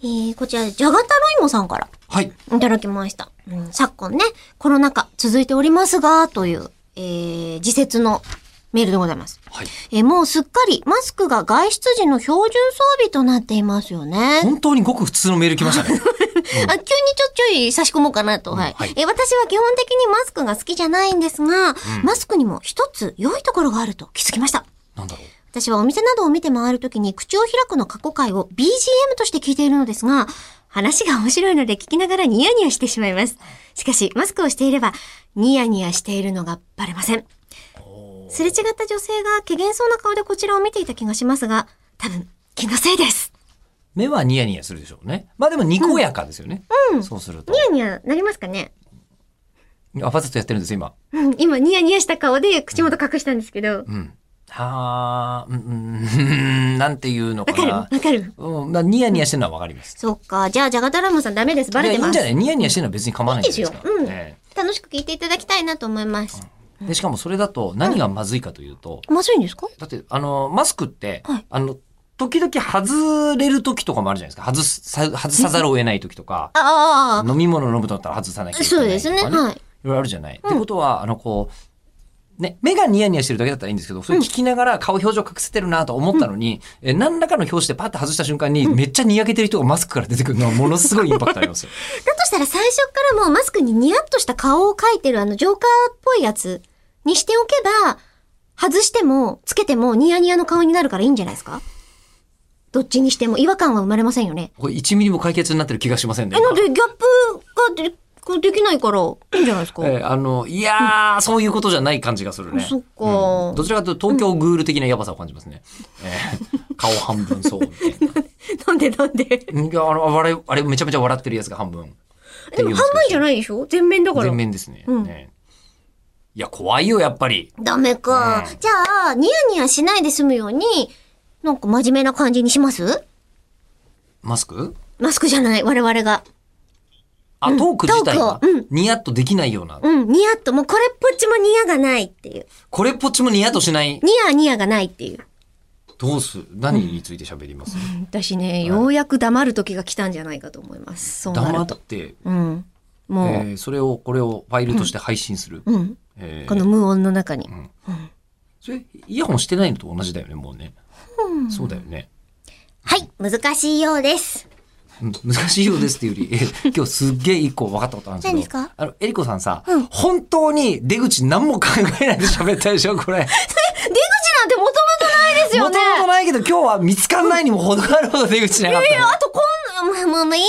えー、こちら、じゃがたろいもさんからはい。いただきました。うん、昨今ね、コロナ禍続いておりますが、という、えー、自説のメールでございます。はい。えーもうすっかりマスクが外出時の標準装備となっていますよね。本当にごく普通のメール来 ましたね。あ、急にちょ、ちょい差し込もうかなと。はい。はいえ、私は基本的にマスクが好きじゃないんですが、マスクにも一つ良いところがあると気づきました。なんだろう。私はお店などを見て回るときに口を開くの過去回を BGM として聞いているのですが、話が面白いので聞きながらニヤニヤしてしまいます。しかし、マスクをしていれば、ニヤニヤしているのがバレません。すれ違った女性が、怪げそうな顔でこちらを見ていた気がしますが、多分、気のせいです。目はニヤニヤするでしょうね。まあでもにこやかですよね。そうすると。ニヤニヤなりますかねあ、わざとやってるんです、今。うん、今、ニヤニヤした顔で口元隠したんですけど。わうん。はあ、うんうん、なんていうのかかるなわ。かるうん、まあニヤニヤしてるのはわかります。そっか。じゃあ、ジャガタラムさんダメです。バレていやいいまんすじゃ。ないニヤニヤしてるのは別に構わないんじゃないですか。いいですようんえ楽しく聞いていただきたいなと思います。えでしかもそれだと何がまずいかというと、まずいんですかだって、あの、マスクって、はいあの、時々外れる時とかもあるじゃないですか。外す、さ外さざるを得ない時とか、あ飲み物飲むとだったら外さなきゃいけそなういでとか、すね。はい。いろいろあるじゃない。ってことは、あの、こう、ね、目がニヤニヤしてるだけだったらいいんですけど、それ聞きながら顔表情隠せてるなと思ったのに、え何らかの表紙でパッと外した瞬間に、めっちゃにやけてる人がマスクから出てくるのはものすごいインパクトあります よ。だとしたら最初からもうマスクにニヤッとした顔を描いてるあのジョーカーっぽいやつにしておけば、外しても、つけてもニヤニヤの顔になるからいいんじゃないですかどっちにしても違和感は生まれませんよね。これ1ミリも解決になってる気がしませんねえ、。なんでギャップがでこうできないからいいんじゃないですか、えあの、いやー、そういうことじゃない感じがするね。そっか、うんどちらかというと東京グール的なやばさを感じますね。え ー顔半分そうみたいな。なんでなんででうんいやあのあれあれめちゃめちゃ笑ってるやつが半分。も半分じゃなないいでしょ全面だから全。面ですね。うんねいや、怖いよ、やっぱり。ダメか。うんじゃあ、ニヤニヤしないで済むように、なんか真面目な感じにしますマスクマスクじゃない、我々が。あ、トーク自体がトークをうんニヤッとできないような。うん、ニヤっと、もうこれっぽっちもニヤがないっていう。これっぽっちもニヤッとしない。ニヤニヤがないっていう。どうす何について喋ります私ね、ようやく黙る時が来たんじゃないかと思います。そうな黙るっと。て、うん。えもーそれを、これをファイルとして配信する。う、うん。えーこの無音の中に。それ、イヤホンしてないのと同じだよね、もうね。そうだよね。はい、難しいようです。うん難しいようですっていうより、え今日すっげえ一個分かったことあるんですけど。何ですかあの、えりこさんさ、うん本当に出口何も考えないで喋ったでしょ、これ。出口なんてもともとないですよもともね。とないけど、今日は見つかんないにも程があるほど出口なかっあとこん、もう、もう、もういい